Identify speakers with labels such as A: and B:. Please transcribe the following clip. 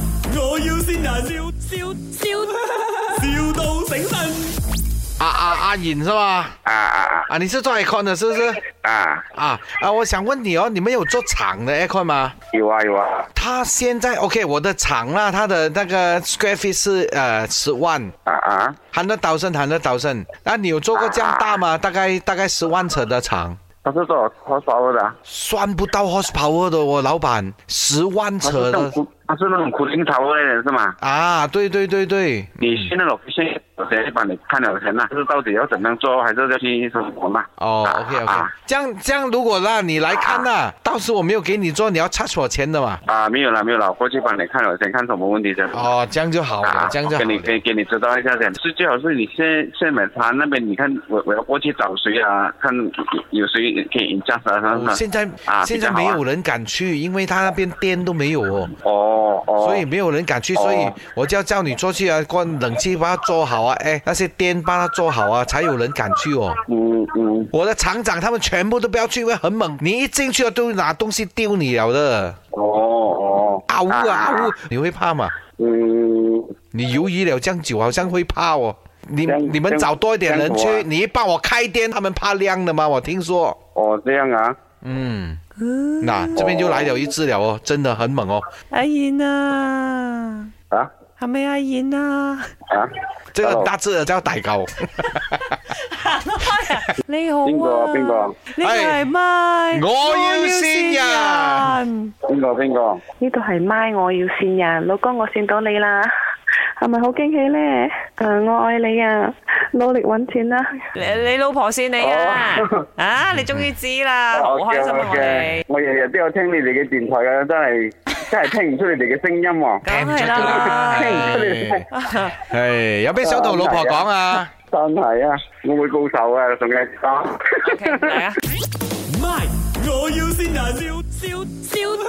A: 要先人，笑笑笑，,笑到醒神。
B: 啊啊阿尹是吧？
C: 啊啊
B: 啊，你是做 aircon 的，是不是？
C: 啊啊！
B: 啊啊，我想问你哦，你们有做厂的 aircon 吗？
C: 有啊有啊
B: 它现在 OK，我的厂啦，它的那个 square feet 是呃十万，
C: 啊啊！
B: 含得到身，含得到身。那你有做过这样大吗？大概大概十万尺的厂，
C: 他是做多少的啊？
B: 算不到 horsepower 的哦，老板，十万
C: 他
B: 尺
C: 是那种
B: 的
C: 苦，他是那种苦心草的人是吗？
B: 啊，对对对对，
C: 你去那种现我直接帮你看了钱了，就是到底要怎样做，还是要去什么嘛？
B: 哦
C: 啊
B: ，OK OK，
C: 啊
B: 这样这样，如果让你来看呐、到时我没有给你做，你要 charge 我钱的嘛。
C: 啊，没有了没有了，我过去帮你看了钱，看什么问题的。
B: 哦，这样就好了
C: 啊，，
B: 这样就好
C: 给
B: 了
C: 你给给你知道一下噻，是最好是你现现买他那边，你看我我要过去找谁啊？看有谁可以赢价啥啥
B: 哦
C: 啥？
B: 现在、
C: 啊
B: 现在
C: 比较好啊
B: 没有人敢去，因为他那边店都没有哦，
C: 哦哦，
B: 所以没有人敢去，
C: 哦
B: 所以我就要叫你做去啊，关冷气把它做好啊，哎，那些店把它做好啊，才有人敢去哦。
C: 嗯嗯，
B: 我的厂长他们全部都不要去，因为很猛，你一进去了都拿东西丢你了的，
C: 哦哦，
B: 啊呜啊啊呜，你会怕吗？
C: 嗯，
B: 你犹豫了这样久，好像会怕哦。你
C: 这样
B: 你们找多一点人
C: 这样
B: 去，
C: 我啊
B: 你一帮我开店，他们怕亮的吗？我听说，
C: 哦这样啊，
B: 嗯，那这边就来了一只了哦，真的很猛哦。
D: 阿燕啊，
C: 啊
D: 系咪阿燕啊？
C: 啊，
B: 这个
C: Hello
B: 大只的叫大狗，
D: 你好啊，
C: 邊個邊個
D: 呢個係咪？
B: 哎我要先人。
C: 边个边个？
E: 呢度係咪我要善人，老公我善到你啦，係咪好驚喜呢？诶、我愛你啊，努力揾錢啦、
D: 你你老婆先你啊！
C: 哦
D: 啊，你終於知啦， 好開心啊我哋。
C: 我日日都有聽你哋嘅電台嘅，真係真係聽唔出你哋嘅聲音喎，
D: 梗係
B: 聽唔出
D: 啦
B: 㗎
C: 聽唔出
B: 唉唉，哎有咩想同老婆講啊？
C: 真係啊，我會告手啊，仲係
D: OK，嚟啊！
A: 咪，我要先人，笑笑笑，